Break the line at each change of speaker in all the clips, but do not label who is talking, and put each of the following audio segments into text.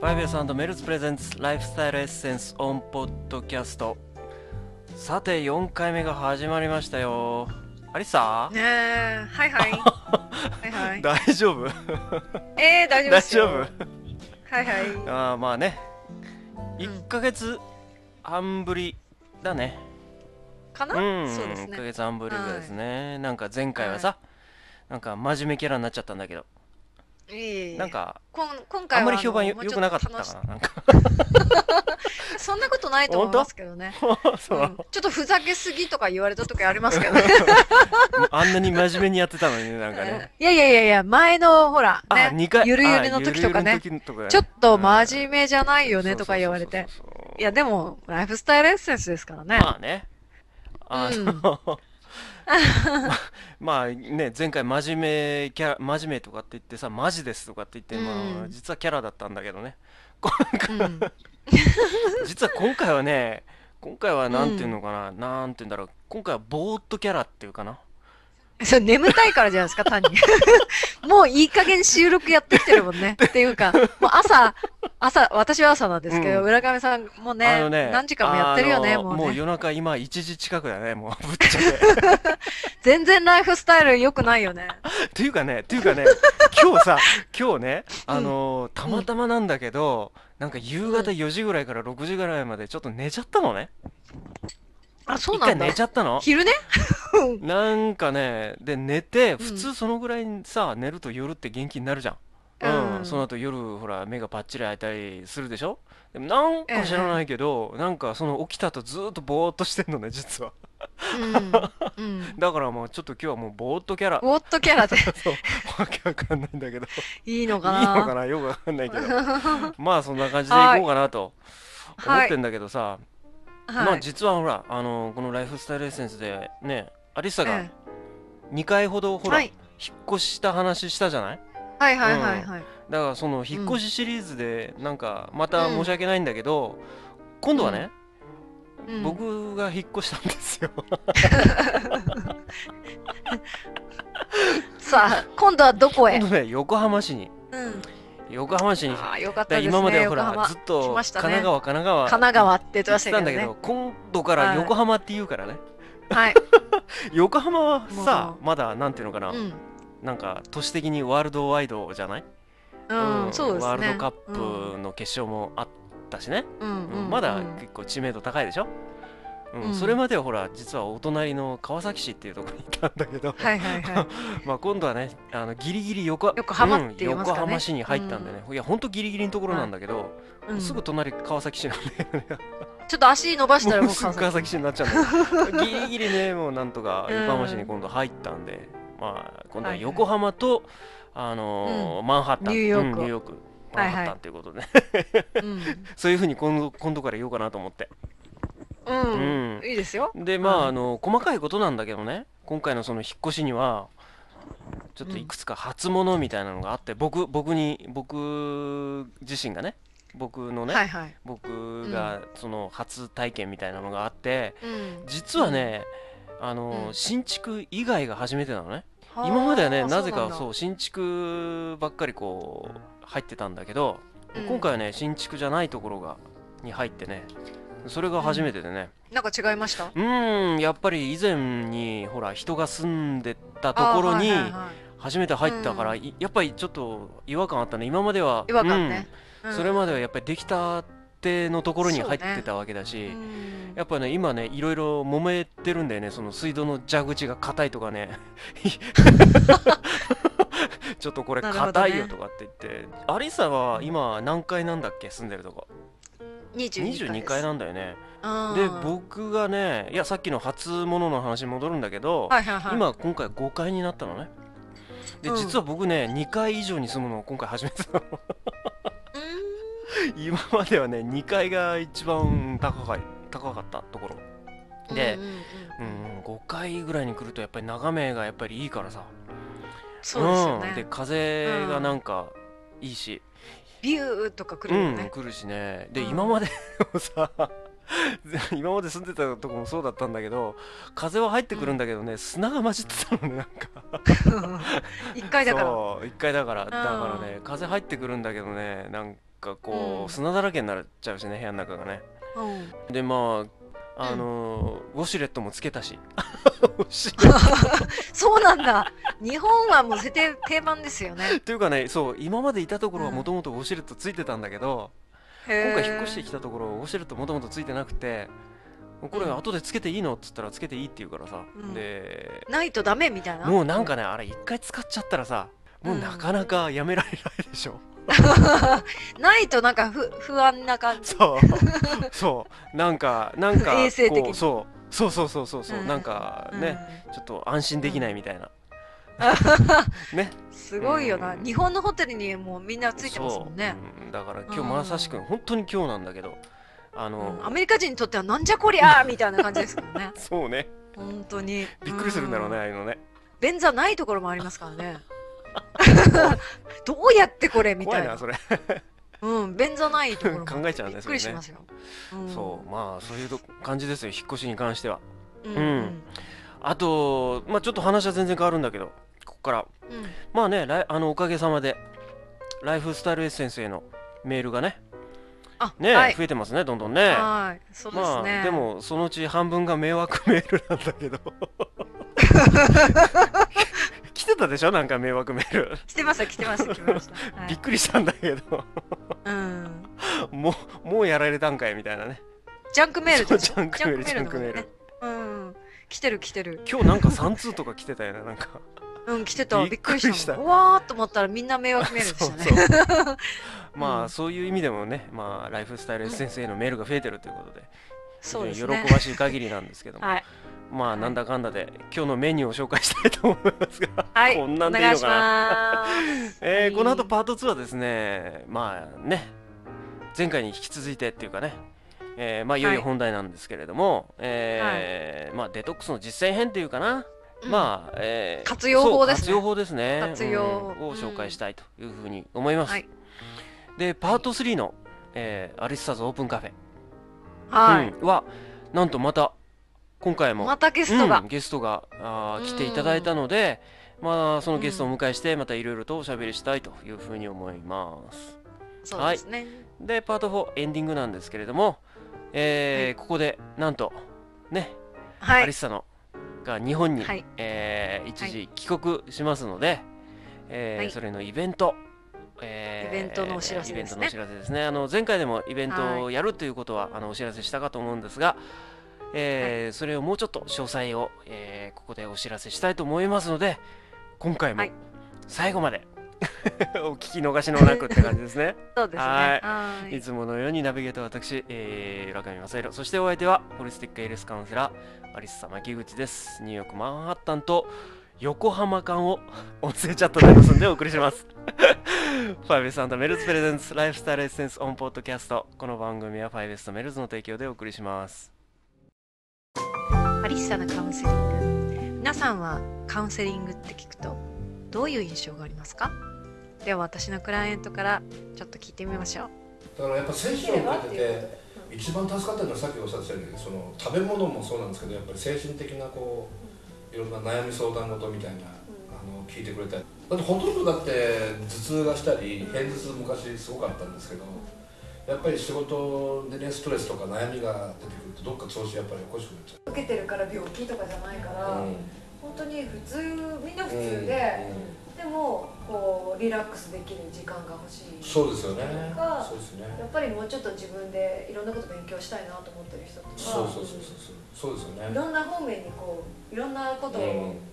ラビオさんとメルツプレゼンツライフスタイルエッセンスオンポッドキャストさて4回目が始まりましたよアリサ
ねえは いはいはいはい
大丈夫
えー、大丈夫で
大
す
丈
よ
夫
はいは
ああまあね
ん
1ヶ月半ぶりだね
いかな、
うん
そうです
1ヶ
ね
月半ぶりぐらいですねなんか前回はさなんか真面目キャラになっちゃったんだけど
いい
なんか
こん今回は
あんまり評判よ
あのもう
良
ちょ
くなかった
楽し
かななんか
そんなことないと思いますけどね、
そう
うんちょっとふざけすぎとか言われた時ありますけどね
あんなに真面目にやってたのにね なんかね
いやいやいやいや前のほら
あ
ね
二回
ゆるゆるの時とかね
あゆるゆるの時とかね
ちょっと真面目じゃないよ
そ
ね
う
とか言われて
そうそうそうそう
いやでもライフスタイルエッセンスですからね
まあねあ
う ん
のまあね前回真面目キャラ真面目とかって言ってさマジですとかって言って、ま
う
あ、
ん
実はキャラだったんだけどね
うん
実は今回はね今回はなんていうのかな、なんていうんだろう今回はボーっとキャラっていうかな
それ眠たいからじゃないですか、単に。 もういい加減収録やってきてるもんね。っていうか、もう朝、朝、私は朝なんですけど、
うん
浦上さんも
あ
ね
のね
何時間もやってるよね、
あの
もうね
夜中今1時近くだねもうぶっちゃけ
全然ライフスタイル良くないよね。
っていうかね、っていうか ね、今日さ、今日ね、あのーたまたまなんだけど、なんか夕方4時ぐらいから6時ぐらいまでちょっと寝ちゃったのね。
あ、そう
一
な
回
んだ
寝。ちゃったの。
昼ねうん
なんかね、で、寝て、
ん
普通そのぐらいにさ、寝ると夜って元気になるじゃん。うん、
うん
その後夜、ほら、目がパッチリ開いたりするでしょでもなんか知らないけど、なんかその起きたとずーっとぼーっとしてんのね、実は。
うん。うん。
だからもうちょっと今日はもうぼーっとキャラ。
ウォットキャラ で
そう、わけわかんないんだけど。
いいのか
いいのか
な
なよくわかんないけど。 まあそんな感じでいこうかなと思
は
っ
い
て。んだけどさ、ま
は
あ
い。
実はほらあのこのライフスタイルエッセンスでねアリサが
え
2回ほど
え
ほら、
はい。
引っ越しした話したじゃない
はいはいはいはい。
だからその引っ越しシリーズでなんかまた申し訳ないんだけど、今度はね、
うん
僕が引っ越したんです よ
さあ、今度はどこ
今
へ
度ね横浜市に
うん。
横浜市に
ああ、よか
だか
った
ら
です
今までほ
ね、横
ら
浜。
ずっ
神
と
来まし
神
たね
奈川神奈川
奈川って言って
言
ま
っ
してた
た
け
ん
ど
だけ
ね
ど。今度から横浜って言うからね
はい。
横浜はさ
も
まだなんていうのかな、
うん。
なんか都市的にワールドワイドじゃない、
うん、そうですね。
ワールドカップの決勝もあったしね、
うん、うん
う
うんん
まだ
うん
結構知名度高いでしょ、うん
うん
それまではほら実はお隣の川崎市っていうところにいたんだけ ど、
はいはい はい。
まあ今度はねあのギリギリ横
横浜って言いますかね
横浜市に入ったんでね、いやほんとギリギリのところなんだけど、
うん、
すぐ隣川崎市なんで、
ちょっと足伸ばした
も
らも
う
う
すぐ
川
川崎
崎。
市になっちゃうんだよ ギリギリねもうなんとか
うん
横浜市に今度入ったんで、まあ今度は
はいはい
横浜と、あのーマンハッタン
ニューヨーク
う
を
んニューヨークマ
は
ン
い
ハ
はい
ッタンということで、ね
うん
そういうふうに今度今度から言おうかなと思って
うん。
うん
いいですよ。
でまあ、
はい
あの細かいことなんだけどね今回のその引っ越しにはちょっといくつか初物みたいなのがあって、僕僕に僕自身がね僕のね、
はいはい。
僕がその初体験みたいなのがあって、
うん
実はね、あの
うん
新築以外が初めてなのね今まではねなぜかそう
う
新築ばっかりこう入ってたんだけど、
うん
今回はね新築じゃないところがに入ってねそれが初めてでね
なんだ。なんか違いました
うーんやっぱり以前にほら人が住んでたところに
あーはいはいはい
初めて入ったから、
う
いやっぱりちょっと違和感あったね今までは
違和感ね。
うん
うん
それまではやっぱりできたてのところに入ってたわけだし、
うん
やっぱね今ねいろいろ揉めてるんだよねその水道の蛇口が硬いとかね ちょっとこれ
なるほどね
硬いよとかって言って、アリサは今何階なんだっけ住んでるとこ
22
22
階
階
です。
なんだよね
うん
で僕がねいやさっきの初物の話に戻るんだけど、
はいはいはい。
今今回5階になったのねで、
うん
実は僕ね2階以上に住むの今回初めてな の今まではね2階が一番高い高かったところ
うん
で、
うんうんうん
うん、5回ぐらいに来るとやっぱり眺めがやっぱりいいからさ
そうですよ
ん、で
ね。
風がなんかいいし、
ビューとか来
う
るよ
ん
ね。
来るしねで、
うん
今までもさ 今まで住んでたとこもそうだったんだけど風は入ってくるんだけどね、砂が混じってたのねなんか
1階だから。
そう1回だからだ
ん
からね風入ってくるんだけどねなんかこ
うん
う砂だらけになっちゃうしね部屋の中がね
うん。
でまああのーウォシュレットもつけた しウォシュレッ
そうなんだ。日本はもう絶対定番ですよね。
トというかねそう今までいたところは
うん
もともとウォシュレットついてたんだけど、
今
今回引っ越してきたところウォシュレットもともとついてなくてこれ
うん
後でつけていいのっつったらつけていいって言うからさ、
うん
で
ないとダメみたいな。
もうなんかねあれ一回使っちゃったらさもうなかなかやめられないでしょ、
ないとなんか不不安な感じ。
そうそうなんかなんか
衛生
こ
的
う
に
そうそうそうそうそうそう、
うん
なんかね、ちょっと安心できないみたいな、ね
うん。すごいよな。
うん
日本のホテルにもうみんなついてますもんね。
そううんだから今日まさしく本当に今日なんだけどあの、。
うんアメリカ人にとってはなんじゃこりゃーみたいな感じですけどね
そうね
本当に。
びっくりするんだろうね、
ん
あ。あいうのね
便座ないところもありますからね。 どうやってこれみ
怖
た
い
い
な
な。
それ、
うん、便座ないところも。
考えちゃうね
びっくりしますよ。ん
そうまあそういうと感じですよ引っ越しに関しては
うん。
うんあとまあちょっと話は全然変わるんだけどここから
うん
まあねライあのおかげさまでライフスタイルエッセンスへのメールがね
あ、
ね、
はい。
増えてますねどんどんね
はい。そうです
ま
ね。
あでもそのうち半分が迷惑メールなんだけ ど来てたでしょなんか迷惑メール、
来てました、来てました、来てました。 は
びっ
い、
くりしたんだけど
うん。
もうもうやられたんかいみたいなね
ジャンクメール
そう
で
ジ
しょ
ャンクメール
ジ
ジ
ャ
ャ
ン
ン
ク
ク
メ
メ
ー
ー
ル
ル、
だもんね。うん。来てる来てる。
今日なんか3通とか来て たよねなんか
うん、来てた。び
び
っ
っ
く
く
り
り
した
した
もん。うわーっと思ったらみんな迷惑メールでしたね。
そうそうまあ、
うん
そういう意味でもねまあライフスタイルエッセンスへのメールが増えてるということで
そうで
非
す
常に
ね
喜。ばしい限りなんですけども、
はい。
ま
は
あ
い
なんだかんだで今日のメニューを紹介したいと思いますが、
はい。
こん
お
なんでいい
願い
の
し
かな
ます。
えーこの後
ッ。
パート2はですねまあね前回に引き続いてっていうかね、えーまあいよいよ本題なんですけれども、えーまあデトックスの実践編っていうかな、
うん
まあ、えー
活用法ですね
そう活用法ですね
活用
うんを紹介したいというふうに思います、
はい
でパート3の、えーアリスターズオープンカフェ、
はい。
うんはなんとまた今回も
またゲストが。
うん、ゲストがあー来ていただいたので、まあそのゲストをお迎えしてまたいろいろとおしゃべりしたいというふうに思います
そうですね。
でパート4エンディングなんですけれども、えーここでなんとね、
は
アリ
い。
スさのが日本に、
はい
えー一時帰国しますので、えー
はい
それのイベント、えー
イベントのお知らせです
イ
ね
ベントのお知らせですねあの前回でもイベントをやるということは、あのお知らせしたかと思うんですが、えーそれをもうちょっと詳細を、えーここでお知らせしたいと思いますので今回も
はい
最後まで お聞き逃しのなくって感じですね
そうですね。
はい
はい
いつものようにナビゲーターは私、えー、浦上正宏そしてお相手はホリスティックエルスカウンセラーアリス様木口ですニューヨークマンハッタンと横浜間を音声チャットで結んでお送りします ファイブスメルズプレゼンツライフスタイルエッセンスオンポッドキャストこの番組はファイブスとメルズの提供でお送りします
アリッサのカウンセリング皆さんはカウンセリングって聞くとどういう印象がありますかでは私のクライアントからちょっと聞いてみましょう
だからやっぱセッションを受けてて一番助かったのはさっきおっしゃってたようにその食べ物もそうなんですけどやっぱり精神的なこういろんな悩み相談事みたいな、あの聞いてくれたりだってほとんどだって頭痛がしたり偏頭痛昔すごかったんですけどやっぱり仕事でねストレスとか悩みが出てくるとどっか調子やっぱりおかしくなっち
受けてるから病気とかじゃないから、
ゃう、うん
本当に普通みんな普通
うん
で、
う
でもこうリラックスできる時間が欲し
ん
い
そうですよね
が
そうですね
やっぱりもうちょっと自分でいろんなこと勉強したいなと思ってる人とか
そうそうそうそうそうそうですよ
い
ね
ろんな方面にこういろんなこと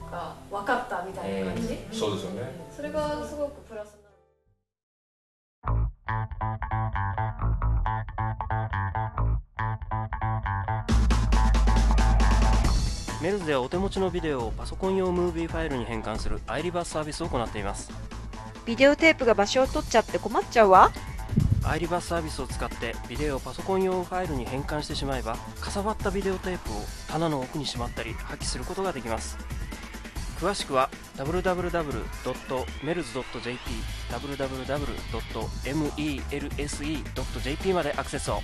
が分かったみたいな感じ、
うんそうですよね
それがすごくプラスになる
メルズではお手持ちのビデオをパソコン用ムービーファイルに変換するアイリバースサービスを行っています
ビデオテープが場所を取っちゃって困っちゃうわ
アイリバースサービスを使ってビデオをパソコン用ファイルに変換してしまえばかさばったビデオテープを棚の奥にしまったり破棄することができます詳しくは www.mels.jp www.melse.jp までアクセスを